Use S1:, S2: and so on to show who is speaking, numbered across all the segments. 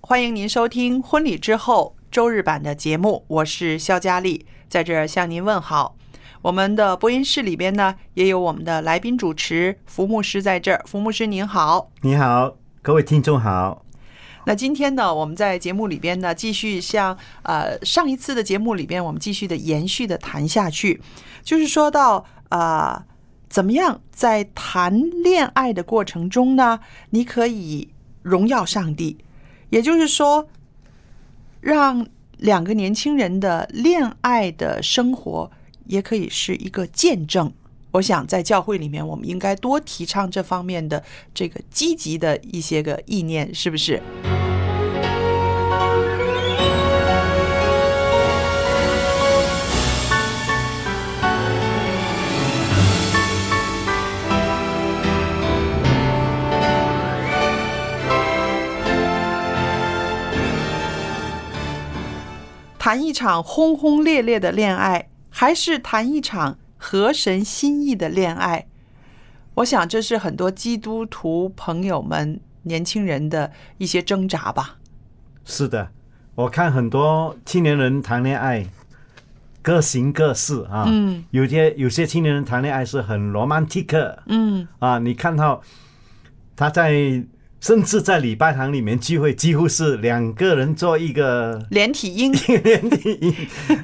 S1: 欢迎您收听《婚礼之后》周日版的节目，我是肖佳丽，在这儿向您问好。我们的播音室里边呢，也有我们的来宾主持福牧师在这儿，福牧师您好。
S2: 你好，各位听众好。
S1: 那今天呢，我们在节目里边呢，继续像呃上一次的节目里边，我们继续的延续的谈下去，就是说到呃，怎么样在谈恋爱的过程中呢，你可以荣耀上帝，也就是说，让两个年轻人的恋爱的生活也可以是一个见证。我想在教会里面，我们应该多提倡这方面的这个积极的一些个意念，是不是？谈一场轰轰烈烈的恋爱，还是谈一场合神心意的恋爱？我想这是很多基督徒朋友们、年轻人的一些挣扎吧。
S2: 是的，我看很多青年人谈恋爱，各行各事啊。
S1: 嗯
S2: 有些有些青年人谈恋爱是很 romantic
S1: 嗯
S2: 啊，你看到他在甚至在礼拜堂里面聚会，几乎是两个人做一个
S1: 连体婴
S2: 连体婴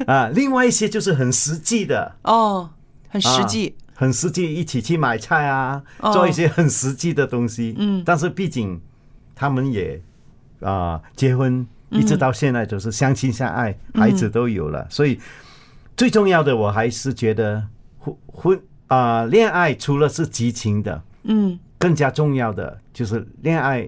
S2: 啊。另外一些就是很实际的，
S1: 哦，很实际。
S2: 很实际，一起去买菜啊，
S1: 哦
S2: 做一些很实际的东西。
S1: 嗯
S2: 但是毕竟他们也啊、结婚，一直到现在都是相亲相爱，孩子都有了，
S1: 嗯
S2: 所以最重要的，我还是觉得婚婚啊，恋、爱除了是激情的，
S1: 嗯
S2: 更加重要的就是恋爱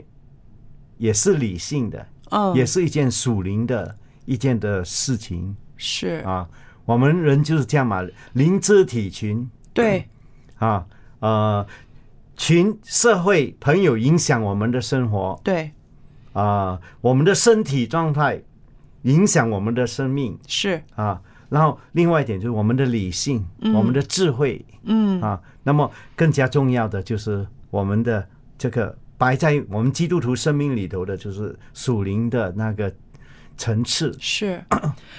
S2: 也是理性的，
S1: 嗯，
S2: 也是一件属灵的一件的事情
S1: 是，
S2: 啊。我们人就是这样嘛，灵知体群。
S1: 对，
S2: 啊，呃，群社会朋友影响我们的生活
S1: 对，
S2: 啊、我们的身体状态影响我们的生命
S1: 是，
S2: 啊。然后另外一点就是我们的理性，
S1: 嗯
S2: 我们的智慧
S1: 嗯
S2: 啊。那么更加重要的就是我们的这个摆在我们基督徒生命里头的，就是属灵的那个层次，
S1: 是。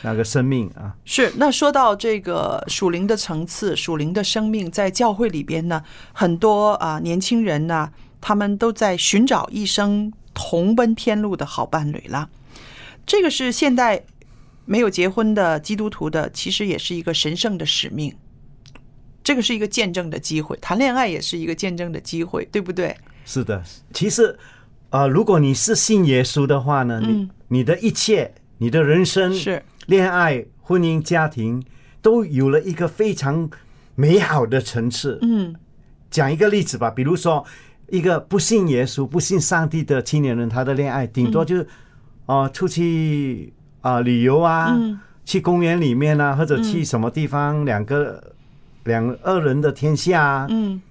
S2: 那个生命啊。
S1: 是，那说到这个属灵的层次、属灵的生命，在教会里边呢，很多啊、年轻人呢、他们都在寻找一生同奔天路的好伴侣了。这个是现代没有结婚的基督徒的，其实也是一个神圣的使命。这个是一个见证的机会，谈恋爱也是一个见证的机会，对不对？
S2: 是的，其实，呃，如果你是信耶稣的话呢，你
S1: 嗯
S2: 你的一切，你的人生
S1: 是
S2: 恋爱、婚姻、家庭，都有了一个非常美好的层次。
S1: 嗯
S2: 讲一个例子吧，比如说一个不信耶稣、不信上帝的青年人，他的恋
S1: 嗯
S2: 爱顶多就是，哦、出去啊、呃旅游啊，
S1: 嗯
S2: 去公园里面啊，或者去什么地方，两个两二人的天下啊。
S1: 嗯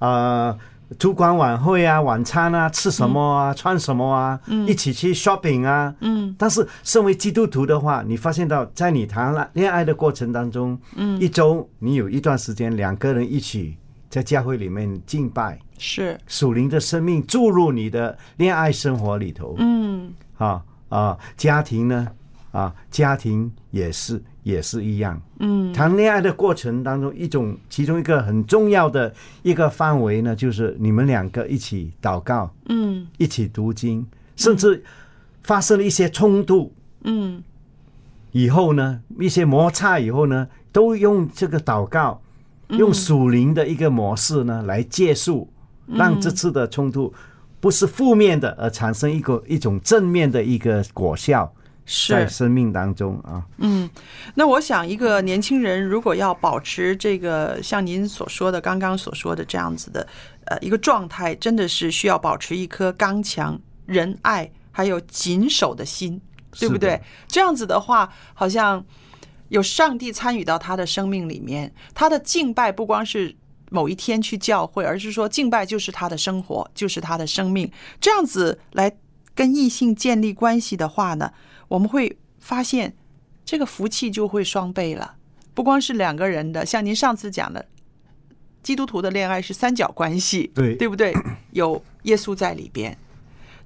S2: 啊，烛光晚会啊、晚餐啊、吃什么啊、穿什么啊，一起去 shopping 啊。
S1: 嗯，
S2: 但是身为基督徒的话，你发现到在你谈了恋爱的过程当中，嗯，一周你有一段时间两个人一起在教会里面敬拜，
S1: 是，
S2: 属灵的生命注入你的恋爱生活里头。
S1: 嗯
S2: 啊啊，家庭呢啊，家庭也是也是一样。
S1: 嗯，
S2: 谈恋爱的过程当中，一种其中一个很重要的一个范围呢，就是你们两个一起祷告，
S1: 嗯
S2: 一起读经，甚至发生了一些冲突
S1: 嗯
S2: 以后呢，一些摩擦以后呢，都用这个祷告，用属灵的一个模式呢来借宿，让这次的冲突不是负面的，而产生一个一种正面的一个果效。在
S1: 是。
S2: 生命当中啊，
S1: 那我想，一个年轻人如果要保持这个像您所说的、刚刚所说的这样子的呃一个状态，真的是需要保持一颗刚强、仁爱还有谨守的心，对不
S2: 是的
S1: 对？这样子的话，好像有上帝参与到他的生命里面，他的敬拜不光是。某一天去教会，而是说敬拜就是他的生活，就是他的生命。这样子来跟异性建立关系的话呢，我们会发现这个福气就会双倍了。不光是两个人的，像您上次讲的，基督徒的恋爱是三角关系，
S2: 对
S1: 对不对？有耶稣在里边，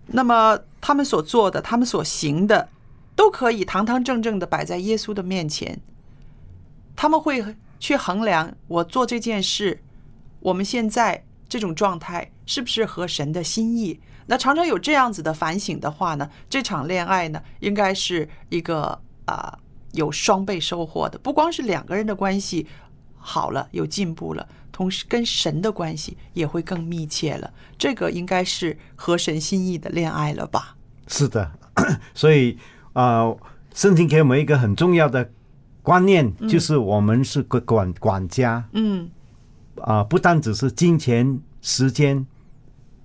S1: 那么他们所做的，他们所行的，都可以堂堂正正的摆在耶稣的面前。他们会去衡量我做这件事，我们现在这种状态是不是合神的心意？那常常有这样子的反省的话呢，这场恋爱呢，应该是一个啊、有双倍收获的，不光是两个人的关系好了，有进步了，同时跟神的关系也会更密切了。这个应该是合神心意的恋爱了吧？
S2: 是的， 所以啊、呃圣经给我们一个很重要的观念，就是我们是个管管家
S1: 嗯
S2: 啊、不单只是金钱、时间。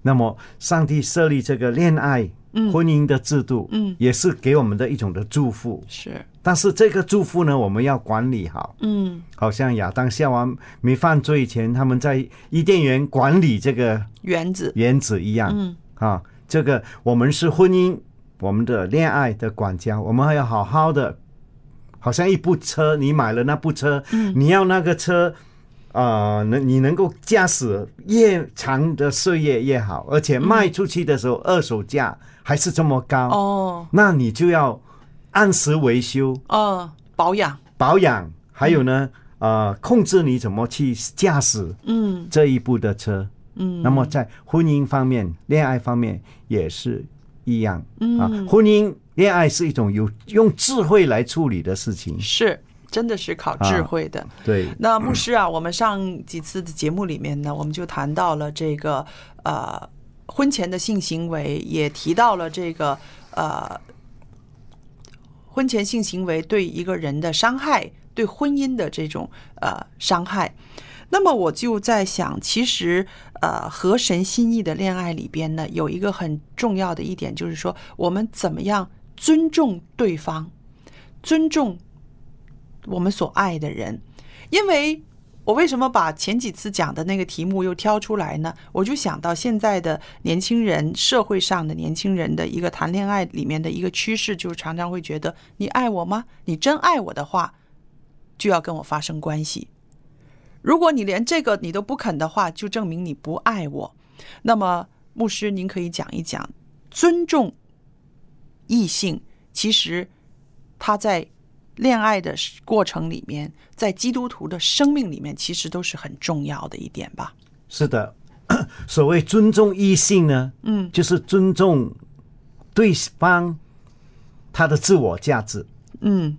S2: 那么，上帝设立这个恋爱、婚姻的制度，
S1: 嗯，
S2: 也是给我们的一种的祝福。
S1: 是，
S2: 但是这个祝福呢，我们要管理好。
S1: 嗯，
S2: 好像亚当夏娃没犯罪前，他们在伊甸园管理这个
S1: 原子，
S2: 原子一样。
S1: 嗯
S2: 啊，这个我们是婚姻，我们的恋爱的管家，我们还要好好的，好像一部车，你买了那部车，
S1: 嗯
S2: 你要那个车，啊、能你能够驾驶越长的岁月越好，而且卖出去的时候、二手价还是这么高，
S1: 嗯哦
S2: 那你就要按时维修
S1: 哦，保养，
S2: 保养，还有呢，呃，控制你怎么去驾驶
S1: 嗯
S2: 这一部的车。
S1: 嗯
S2: 那么在婚姻方面、恋爱方面也是一样啊
S1: 嗯。，
S2: 婚姻、恋爱是一种有用智慧来处理的事情。
S1: 是，真的是考智慧的。
S2: 对，
S1: 那牧师啊，我们上几次的节目里面呢，我们就谈到了这个呃婚前的性行为，也提到了这个呃婚前性行为对一个人的伤害，对婚姻的这种呃伤害。那么我就在想，其实呃合神心意的恋爱里边呢，有一个很重要的一点，就是说我们怎么样尊重对方，尊重我们所爱的人。因为我为什么把前几次讲的那个题目又挑出来呢？我就想到现在的年轻人，社会上的年轻人的一个谈恋爱里面的一个趋势，就是常常会觉得你爱我吗？你真爱我的话，就要跟我发生关系。如果你连这个你都不肯的话，就证明你不爱我。那么，牧师，您可以讲一讲尊重异性，其实他在恋爱的过程里面，在基督徒的生命里面，其实都是很重要的一点吧。
S2: 是的。 所谓尊重异性呢，
S1: 嗯，
S2: 就是尊重对方他的自我价值，
S1: 嗯，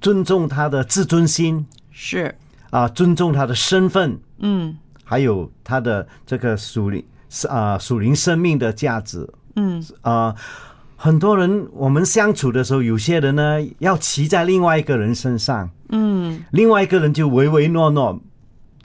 S2: 尊重他的自尊心
S1: 是，
S2: 啊，尊重他的身份，
S1: 嗯
S2: 还有他的这个属灵是啊属灵生命的价值。
S1: 嗯
S2: 啊，很多人我们相处的时候，有些人呢要骑在另外一个人身上，
S1: 嗯
S2: 另外一个人就唯唯诺诺，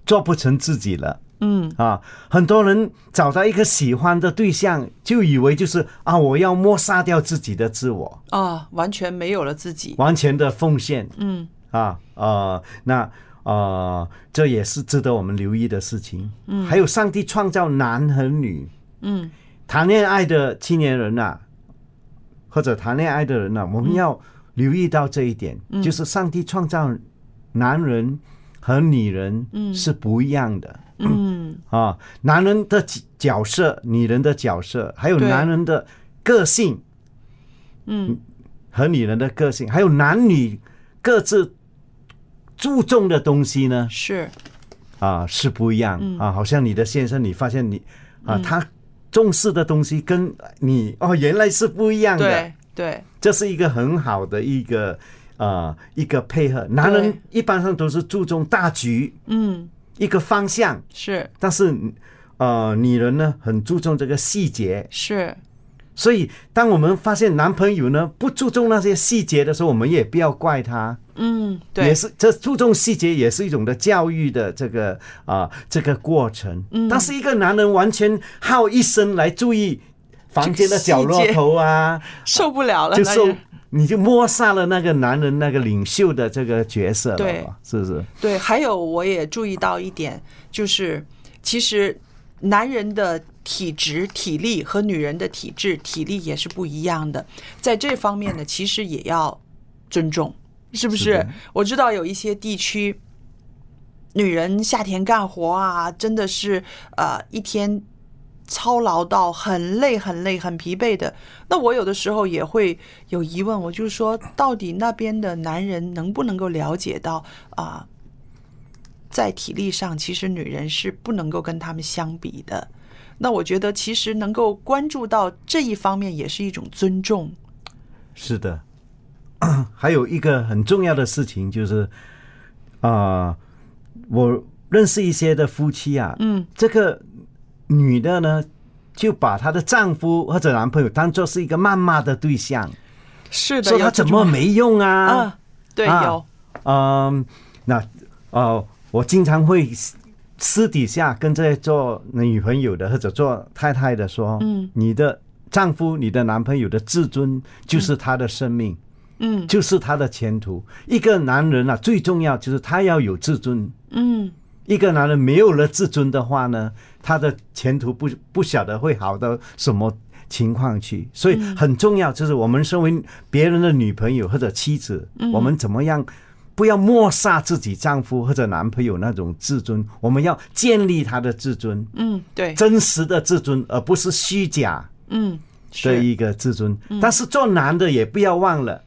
S2: 做不成自己了
S1: 嗯
S2: 啊。很多人找到一个喜欢的对象，就以为就是啊，我要抹杀掉自己的自我，
S1: 啊，完全没有了自己。
S2: 完全的奉献
S1: 嗯
S2: 啊，呃，那啊、呃，这也是值得我们留意的事情。嗯，还有上帝创造男和女，
S1: 嗯，
S2: 谈恋爱的青年人呐、或者谈恋爱的人呐、啊我们要留意到这一点，就是上帝创造男人和女人是不一样的。
S1: 嗯
S2: 啊，男人的角角色、女人的角色，还有
S1: 对
S2: 男人的个性
S1: 嗯
S2: 和女人的个性，还有男女各自注重的东西呢，
S1: 是，
S2: 啊是不一样
S1: 嗯
S2: 啊。好像你的先生，你发现你啊，他重视的东西跟你哦原来是不一样的，
S1: 对对
S2: 这是一个很好的一个呃一个配合。男人一般上都是注重大局
S1: 嗯
S2: 一个方向，
S1: 是
S2: 但是呃女人呢很注重这个细节。
S1: 是
S2: 所以，当我们发现男朋友呢不注重那些细节的时候，我们也不要怪他，
S1: 嗯
S2: 也
S1: 对
S2: 是这注重细节也是一种的教育的这个啊、这个过程。
S1: 嗯
S2: 但是一个男人完全耗一生来注意房间的角落头啊，
S1: 受不了了，
S2: 就
S1: 那
S2: 受
S1: 也
S2: 你就抹杀了那个男人那个领袖的这个角色了
S1: 对
S2: 嘛，是不是？
S1: 对，还有我也注意到一点，就是其实男人的体质、体力和女人的体质、体力也是不一样的，在这方面呢，其实也要尊重，是不是？
S2: 是的
S1: 我知道有一些地区，女人夏天干活啊，真的是呃一天。操劳到很累、很累、很疲惫的，那我有的时候也会有疑问，我就说，到底那边的男人能不能够了解到啊、在体力上，其实女人是不能够跟他们相比的。那我觉得，其实能够关注到这一方面，也是一种尊重。
S2: 是的， 还有一个很重要的事情就是，啊、我认识一些的夫妻啊，
S1: 嗯，
S2: 这个女的呢，就把她的丈夫或者男朋友当做是一个谩骂的对象，
S1: 是
S2: 说他怎么没用啊？
S1: 啊？对，
S2: 啊
S1: 有，
S2: 嗯，那呃，我经常会私私底下跟这些做女朋友的或者做太太的说，
S1: 嗯，
S2: 你的丈夫、你的男朋友的自尊就是他的生命。
S1: 嗯
S2: 就是他的前途。一个男人啊，最重要就是他要有自尊。
S1: 嗯，
S2: 一个男人没有了自尊的话呢，他的前途不不晓得会好到什么情况去。所以很重要，就是我们身为别人的女朋友或者妻子，我们怎么样？不要抹杀自己丈夫或者男朋友那种自尊，我们要建立他的自尊，
S1: 嗯，对，
S2: 真实的自尊，而不是虚假
S1: 嗯，
S2: 的
S1: 是，
S2: 一个自尊。但是做男的也不要忘了，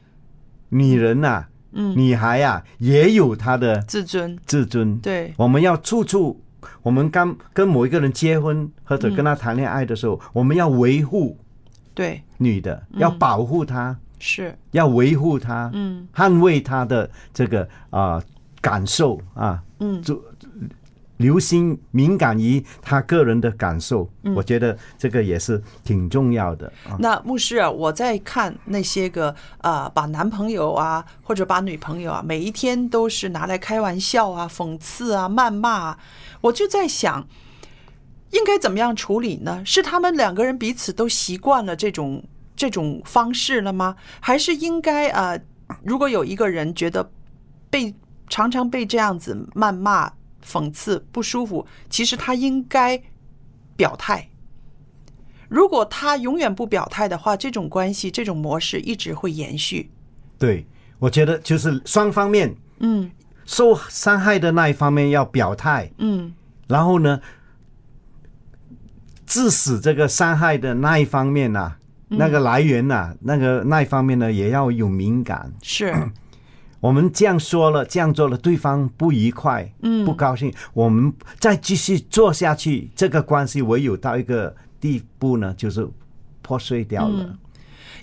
S2: 女人呐、
S1: 嗯
S2: 女孩啊，也有她的
S1: 自尊，
S2: 自尊。，
S1: 对，
S2: 我们要处处，我们刚跟某一个人结婚或
S1: 嗯
S2: 者跟他谈恋爱的时候，我们要维护
S1: 对，
S2: 女的，要保护她，
S1: 是，
S2: 要维护她，
S1: 嗯
S2: 捍卫她的这个啊、感受啊，
S1: 嗯，
S2: 就留心敏感于她个人的感受。
S1: 嗯
S2: 我觉得这个也是挺重要的啊。
S1: 那牧师啊，我在看那些个啊、呃把男朋友啊或者把女朋友啊，每一天都是拿来开玩笑啊、讽刺啊、谩骂啊，我就在想，应该怎么样处理呢？是他们两个人彼此都习惯了这种这种方式了吗？还是应该啊、呃如果有一个人觉得被常常被这样子谩骂、讽刺不舒服，其实他应该表态。如果他永远不表态的话，这种关系、这种模式一直会延续。
S2: 对，我觉得就是双方面
S1: 嗯
S2: 受伤害的那一方面要表态，
S1: 嗯
S2: 然后呢，致使这个伤害的那一方面呐、啊
S1: 嗯
S2: 那个来源呐、那个那一方面呢，也要有敏感。
S1: 是，
S2: 我们这样说了，这样做了，对方不愉快，
S1: 嗯
S2: 不高兴，我们再继续做下去，这个关系唯有到一个地步呢，就是破碎掉了。
S1: 嗯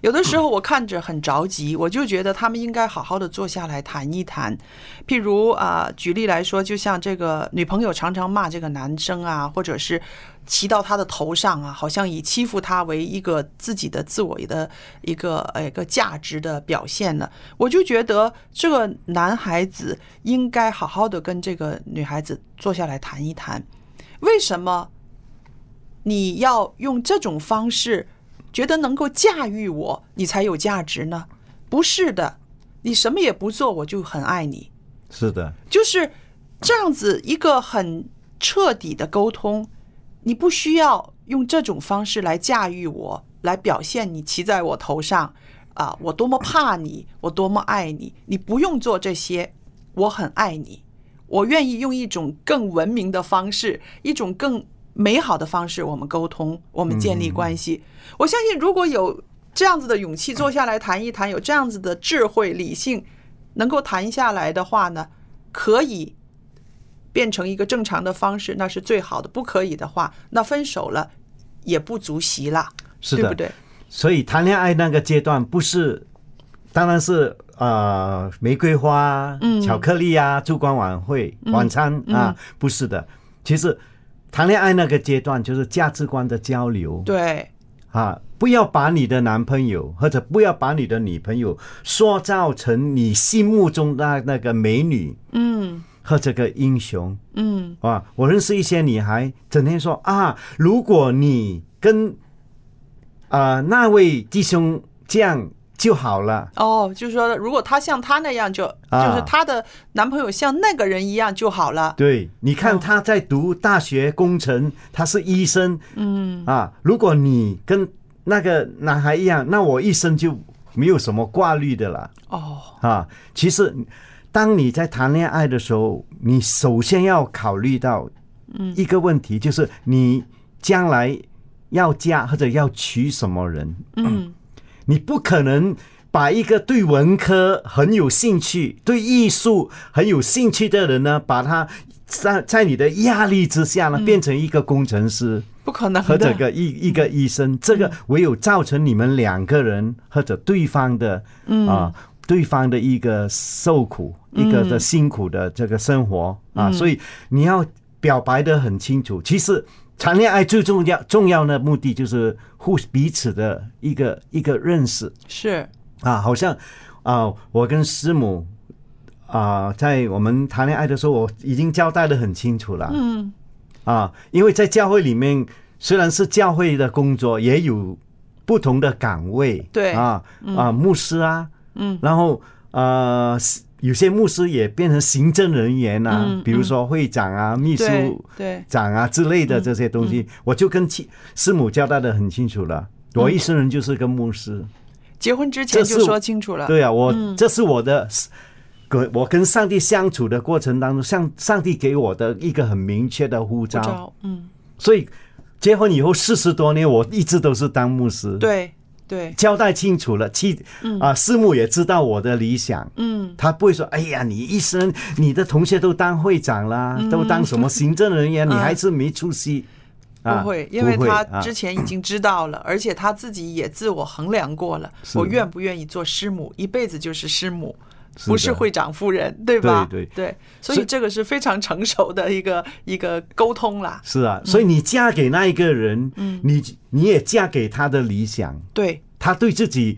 S1: 有的时候我看着很着急，我就觉得他们应该好好的坐下来谈一谈。譬如啊、举例来说，就像这个女朋友常常骂这个男生啊，或者是骑到他的头上啊，好像以欺负他为一个自己的自我的一个呃一个价值的表现呢。我就觉得这个男孩子应该好好的跟这个女孩子坐下来谈一谈，为什么你要用这种方式，觉得能够驾驭我，你才有价值呢？不是的，你什么也不做，我就很爱你。
S2: 是的，
S1: 就是这样子一个很彻底的沟通，你不需要用这种方式来驾驭我，来表现你骑在我头上啊，我多么怕你，我多么爱你，你不用做这些，我很爱你，我愿意用一种更文明的方式，一种更美好的方式，我们沟通，我们建立关系。我相信，如果有这样子的勇气坐下来谈一谈，有这样子的智慧、理性，能够谈下来的话呢，可以变成一个正常的方式，那是最好的。不可以的话，那分手了也不足惜啦，
S2: 是的
S1: 对不对？
S2: 所以谈恋爱那个阶段不是，当然是呃玫瑰花、巧克力啊、烛光晚会、晚餐啊，不是的。其实谈恋爱那个阶段就是价值观的交流，
S1: 对，
S2: 啊，不要把你的男朋友或者不要把你的女朋友塑造成你心目中的那个美女
S1: 嗯
S2: 和这个英雄。
S1: 嗯
S2: 啊，我认识一些女孩，整天说啊，如果你跟啊、呃那位弟兄这样就好了，
S1: 哦，就是说，如果她像她那样就，
S2: 啊
S1: 就是她的男朋友像那个人一样就好了。
S2: 对，你看他在读大学工程，他是医生，嗯啊，如果你跟那个男孩一样，那我一生就没有什么挂虑的了
S1: 哦，
S2: 啊。其实，当你在谈恋爱的时候，你首先要考虑到一个问题，就是你将来要嫁或者要娶什么人。
S1: 嗯
S2: 你不可能把一个对文科很有兴趣、对艺术很有兴趣的人呢，把他在在你的压力之下呢，变成一个工程师
S1: 不可能
S2: 和这
S1: 的。
S2: 个一一个医生。这个唯有造成你们两个人或者对方的啊。对方的一个受苦，一个的辛苦的这个生活啊，所以你要表白的很清楚。其实谈恋爱最重要重要的目的就是互彼此的一个一个认识，
S1: 是，
S2: 啊，好像啊、我跟师母啊、在我们谈恋爱的时候，我已经交代的很清楚了。
S1: 嗯
S2: 啊，因为在教会里面，虽然是教会的工作，也有不同的岗位。
S1: 对
S2: 啊啊，牧师啊，
S1: 嗯
S2: 然后呃，有些牧师也变成行政人员啊，
S1: 嗯
S2: 比如说会长啊、秘书
S1: 对嗯对，
S2: 长啊之类的这些东西，我就跟亲师母交代的很清楚了。
S1: 嗯
S2: 我一生人就是个牧师。
S1: 结婚之前
S2: 这
S1: 就是说清楚了。
S2: 对啊，我、
S1: 嗯
S2: 这是我的，跟我跟上帝相处的过程当中，上上帝给我的一个很明确的呼
S1: 不
S2: 召，
S1: 招，嗯，
S2: 所以结婚以后四十多年，我一直都是当牧师，，
S1: 对对，
S2: 交代清楚了，妻啊、师母也知道我的理想。
S1: 嗯
S2: 他不会说：“哎呀，你一生你的同学都当会长啦，
S1: 嗯
S2: 都当什么行 政人员，你还是没出息。啊”
S1: 啊不会，因为
S2: 不会
S1: 他
S2: 啊
S1: 之前已经知道 了，而且他自己也自我衡量过了，
S2: 是
S1: 我愿不愿意做师母，一辈子就是师母，
S2: 是
S1: 不是
S2: 的
S1: 会长夫人，对吧？
S2: 对对
S1: 所
S2: 所
S1: 以
S2: 以
S1: 这个是非常成熟的一个一个沟通啦。
S2: 是啊，所以你嫁给那一个人，
S1: 嗯
S2: 你你也嫁给他的理想，
S1: 对，
S2: 他对自己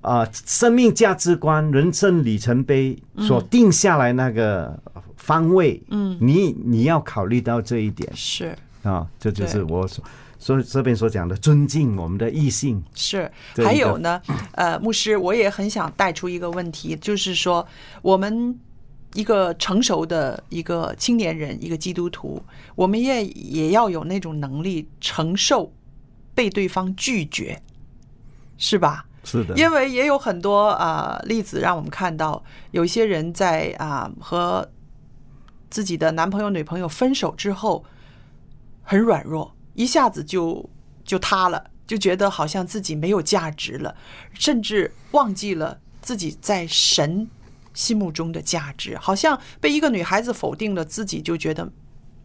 S2: 啊、呃生命价值观、人生里程碑所定下来那个方位，嗯，你你要考虑到这一点
S1: 是
S2: 啊，这就是
S1: 对
S2: 我所所这边所讲的尊敬我们的异性，
S1: 是，
S2: 这
S1: 还
S2: 一个
S1: 有呢，呃，牧师，我也很想带出一个问题，就是说，我们一个成熟的一个青年人，一个基督徒，我们也也要有那种能力承受被对方拒绝，是吧？
S2: 是的，
S1: 因为也有很多啊、呃例子让我们看到，有一些人在啊、和自己的男朋友、女朋友分手之后，很软弱，一下子就就塌了，就觉得好像自己没有价值了，甚至忘记了自己在神心目中的价值，好像被一个女孩子否定了，自己就觉得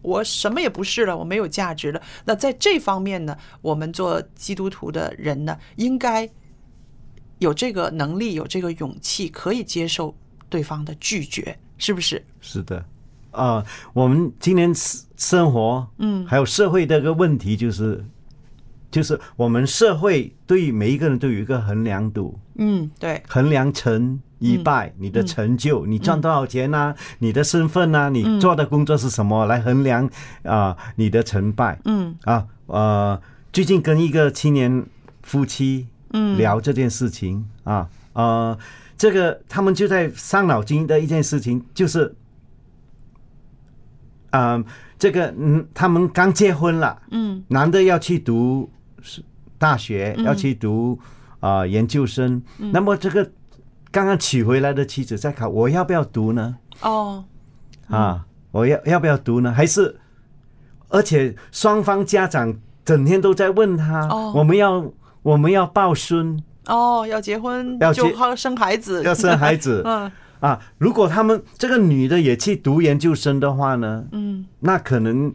S1: 我什么也不是了，我没有价值了。那在这方面呢，我们做基督徒的人呢，应该有这个能力，有这个勇气，可以接受对方的拒绝，是不是？
S2: 是的，啊，我们今年生生活，嗯，还有社会的一个问题就是。就是我们社会对每一个人都有一个衡量度，
S1: 嗯，对，
S2: 衡量成一败，你的成就，你赚多少钱呐、你的身份呐、你做的工作是什么，来衡量啊、你的成败
S1: 嗯
S2: 啊呃，最近跟一个青年夫妻
S1: 嗯
S2: 聊这件事情啊呃，这个他们就在伤脑筋的一件事情就是。啊、这个嗯，他们刚结婚了，
S1: 嗯
S2: 男的要去读是大学，
S1: 嗯
S2: 要去读啊、呃研究生，那么这个刚刚娶回来的妻子在考，我要不要读呢？
S1: 哦，
S2: 啊，我要要不要读呢？还是，而且双方家长整天都在问他，
S1: 哦
S2: 我们要我们要抱孙，
S1: 哦，要结婚
S2: 要
S1: 就
S2: 结
S1: 靠生孩子，
S2: 要生孩子
S1: 嗯
S2: 啊。如果他们这个女的也去读研究生的话呢，
S1: 嗯，
S2: 那可能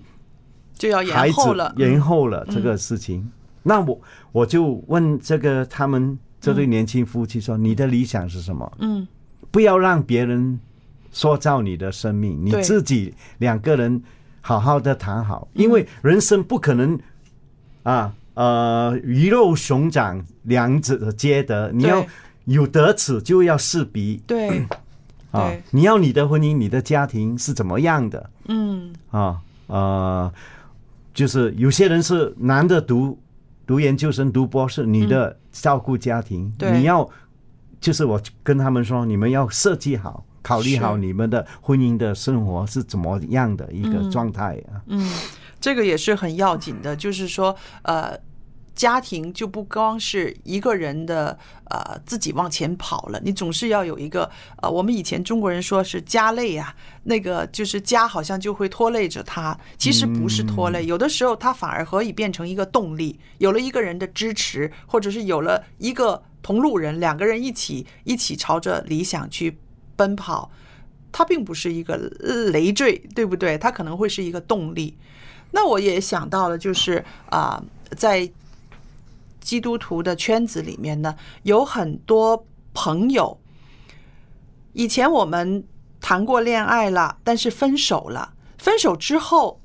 S1: 就要延
S2: 孩子
S1: 后了，嗯
S2: 延后了这个事情。那我我就问这个他们这对年轻夫妻说：“你的理想是什么？
S1: 嗯
S2: 不要让别人塑造你的生命，你
S1: 对
S2: 自己两个人好好的谈好，因为人生不可能啊呃鱼肉熊掌两者皆得，你要
S1: 对
S2: 有得此就要是彼
S1: 对，
S2: 啊
S1: 对，
S2: 你要你的婚姻、你的家庭是怎么样的
S1: 嗯
S2: 啊呃，就是有些人是男的读读研究生、读博士，女的照顾家庭，
S1: 嗯对
S2: 你要就是我跟他们说，你们要设计好，考虑好
S1: 是
S2: 你们的婚姻的生活是怎么样的一个状态啊。
S1: 嗯，这个也是很要紧的，就是说呃。家庭就不光是一个人的呃自己往前跑了，你总是要有一个呃，我们以前中国人说是家累啊，那个就是家好像就会拖累着他，其实不是拖累，有的时候他反而可以变成一个动力，有了一个人的支持，或者是有了一个同路人，两个人一起一起朝着理想去奔跑，它并不是一个累赘，对不对？它可能会是一个动力。那我也想到了，就是啊、在基督徒的圈子里面呢，有很多朋友，以前我们谈过恋爱了，但是分手了，分手之后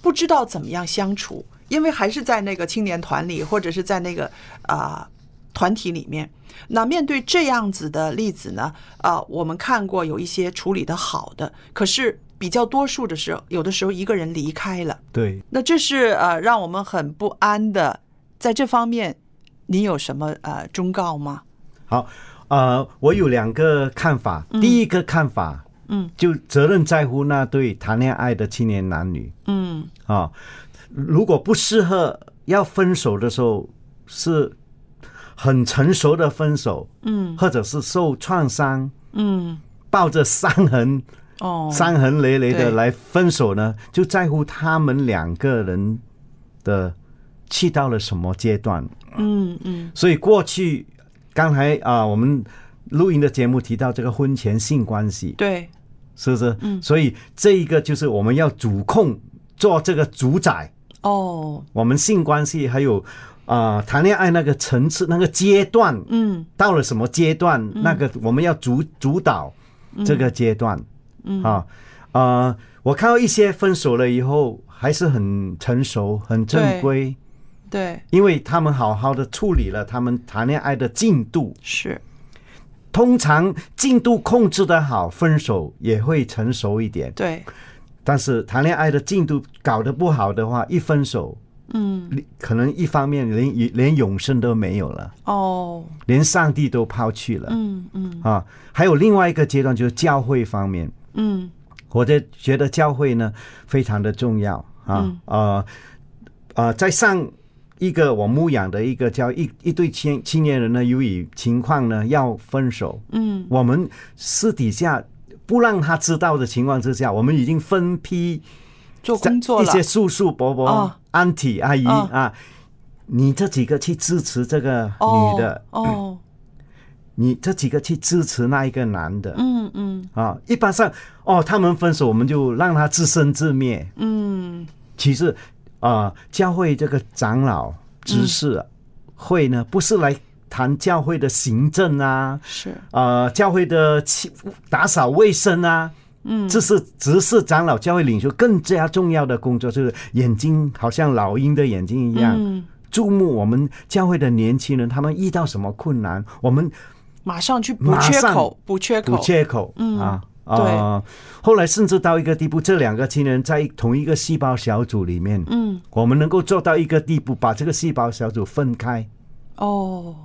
S1: 不知道怎么样相处，因为还是在那个青年团里，或者是在那个啊、团体里面。那面对这样子的例子呢，啊、我们看过有一些处理的好的，可是比较多数的时候，有的时候一个人离开了。
S2: 对，
S1: 那这是呃让我们很不安的，在这方面，你有什么呃忠告吗？
S2: 好，呃，我有两个看法，第一个看法，
S1: 嗯，
S2: 就责任在乎那对谈恋爱的青年男女
S1: 嗯
S2: 啊，如果不适合要分手的时候是。很成熟的分手，
S1: 嗯
S2: 或者是受创伤、
S1: 嗯
S2: 抱着伤痕
S1: 哦，
S2: 伤痕累累
S1: 对
S2: 的来分手呢，就在乎他们两个人的去到了什么阶段。
S1: 嗯嗯
S2: 所以过去刚才啊、我们录音的节目提到这个婚前性关系，
S1: 对
S2: 是不是？嗯，所以这一个就是我们要主控，做这个主宰，
S1: 哦
S2: 我们性关系还有啊、谈恋爱那个层次那个阶段，
S1: 嗯
S2: 到了什么阶段，那个我们要主主导这个阶段，嗯啊，呃，我看到一些分手了以后还是很成熟、很正规，
S1: 对
S2: 因为他们好好的处理了他们谈恋爱的进度。
S1: 是
S2: 通常进度控制得好，分手也会成熟一点。
S1: 对
S2: 但是谈恋爱的进度搞得不好的话，一分手，
S1: 嗯
S2: 可能一方面连连永生都没有了，
S1: 哦
S2: 连上帝都抛弃了。
S1: 嗯嗯
S2: 啊，还有另外一个阶段就是教会方面，
S1: 嗯
S2: 我的觉得教会呢非常的重要啊，
S1: 嗯
S2: 呃呃，在上一个我牧养的一个教一一对青青年人呢，由于情况呢要分手，
S1: 嗯
S2: 我们私底下不让他知道的情况之下，我们已经分批
S1: 做工作
S2: 一
S1: 了
S2: 些叔叔伯伯、
S1: 哦
S2: a u n t 阿姨、
S1: 哦
S2: 啊，你这几个去支持这个
S1: 哦
S2: 女的，
S1: 哦
S2: 你这几个去支持那一个男的，
S1: 嗯嗯
S2: 啊，一般上哦，他们分手我们就让他自生自灭。
S1: 嗯
S2: 其实啊、教会这个长老执事会呢，不是来谈教会的行政啊，
S1: 是
S2: 呃，教会的清打扫卫生啊。嗯，这是执事长老教会领袖更加重要的工作，就是眼睛好像老鹰的眼睛一样，
S1: 嗯
S2: 注目我们教会的年轻人，他们遇到什么困难，我们
S1: 马上去补
S2: 马
S1: 缺
S2: 上
S1: 口补缺
S2: 补
S1: 口
S2: 缺口，
S1: 嗯
S2: 啊。
S1: 对
S2: 啊，后来甚至到一个地步，这两个亲人在同一个细胞小组里面，
S1: 嗯
S2: 我们能够做到一个地步，把这个细胞小组分开，
S1: 哦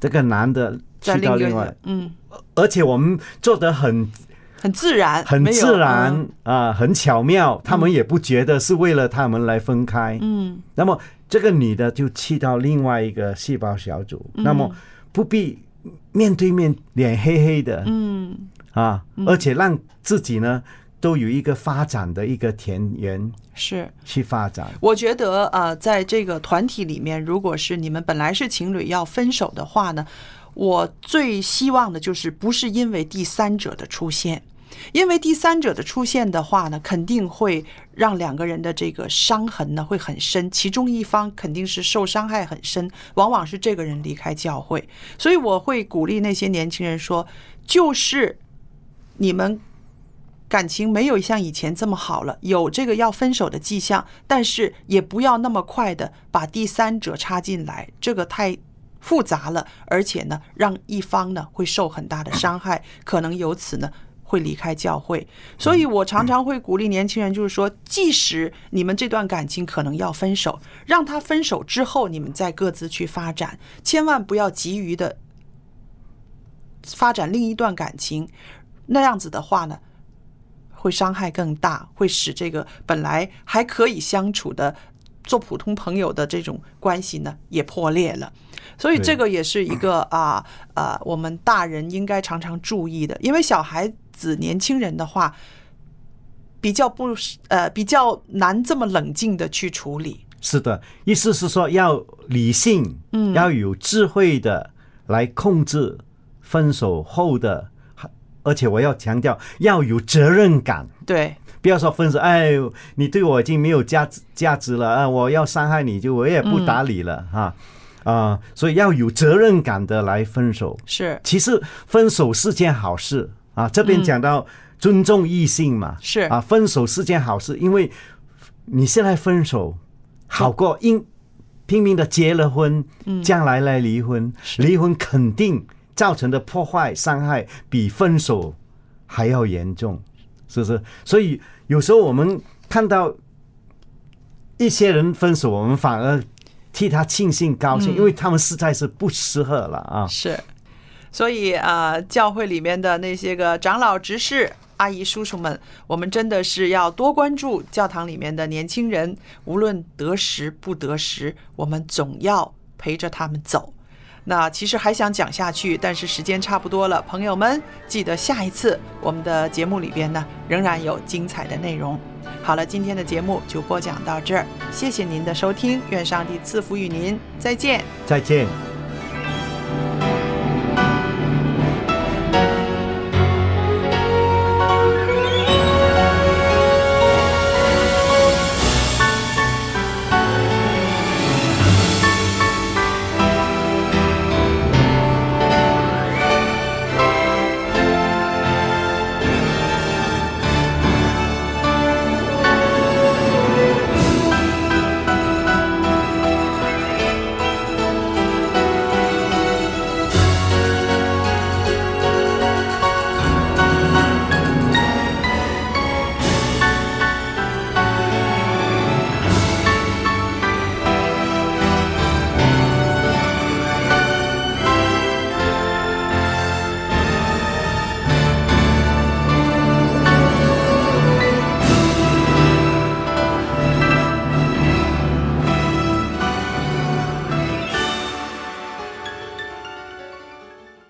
S2: 这个男的
S1: 在
S2: 去
S1: 另
S2: 到
S1: 一
S2: 另
S1: 个
S2: 外，
S1: 嗯
S2: 而且我们做得很
S1: 很自然，
S2: 很
S1: 没有嗯
S2: 自然啊、很巧妙，他们也不觉得是为了他们来分开。
S1: 嗯
S2: 那么这个女的就去到另外一个细胞小组，
S1: 嗯
S2: 那么不必面对面脸黑黑的
S1: 嗯，
S2: 啊，而且让自己呢都有一个发展的一个田园
S1: 是。
S2: 去发展。
S1: 我觉得呃，在这个团体里面，如果是你们本来是情侣要分手的话呢，我最希望的就是不是因为第三者的出现。因为第三者的出现的话呢，肯定会让两个人的这个伤痕呢会很深，其中一方肯定是受伤害很深，往往是这个人离开教会。所以我会鼓励那些年轻人说，就是你们感情没有像以前这么好了，有这个要分手的迹象，但是也不要那么快的把第三者插进来，这个太复杂了，而且呢，让一方呢会受很大的伤害，可能由此呢。会离开教会，所以我常常会鼓励年轻人，就是说，即使你们这段感情可能要分手，让他分手之后，你们再各自去发展，千万不要急于的发展另一段感情，那样子的话呢，会伤害更大，会使这个本来还可以相处的做普通朋友的这种关系呢，也破裂了。所以
S2: 对
S1: 这个也是一个啊啊，我们大人应该常常注意的，因为小孩子、年轻人的话，比较不是呃比较难这么冷静的去处理。
S2: 是的，意思是说要理性，嗯，要有智慧的来控制分手后的，而且我要强调要有责任感。
S1: 对，
S2: 不要说分手，哎，你对我已经没有价值价值了啊！我要伤害你就我也不搭理了哈啊、所以要有责任感的来分手。
S1: 是
S2: 其实分手是件好事啊，这边讲到尊重异性嘛，
S1: 是
S2: 啊，分手是件好事，因为你现在分手好过因拼命的结了婚，将来来离婚，离婚肯定造成的破坏伤害比分手还要严重，是不是？所以有时候我们看到一些人分手，我们反而替他庆幸高兴，因为他们实在是不适合了啊。
S1: 是，所以啊、呃教会里面的那些个长老、执事、啊阿姨、叔叔们，我们真的是要多关注教堂里面的年轻人，无论得时不得时，我们总要陪着他们走。那其实还想讲下去，但是时间差不多了，朋友们，记得下一次我们的节目里边呢，仍然有精彩的内容。好了，今天的节目就播讲到这儿，谢谢您的收听，愿上帝赐福与您，再见。
S2: 再见。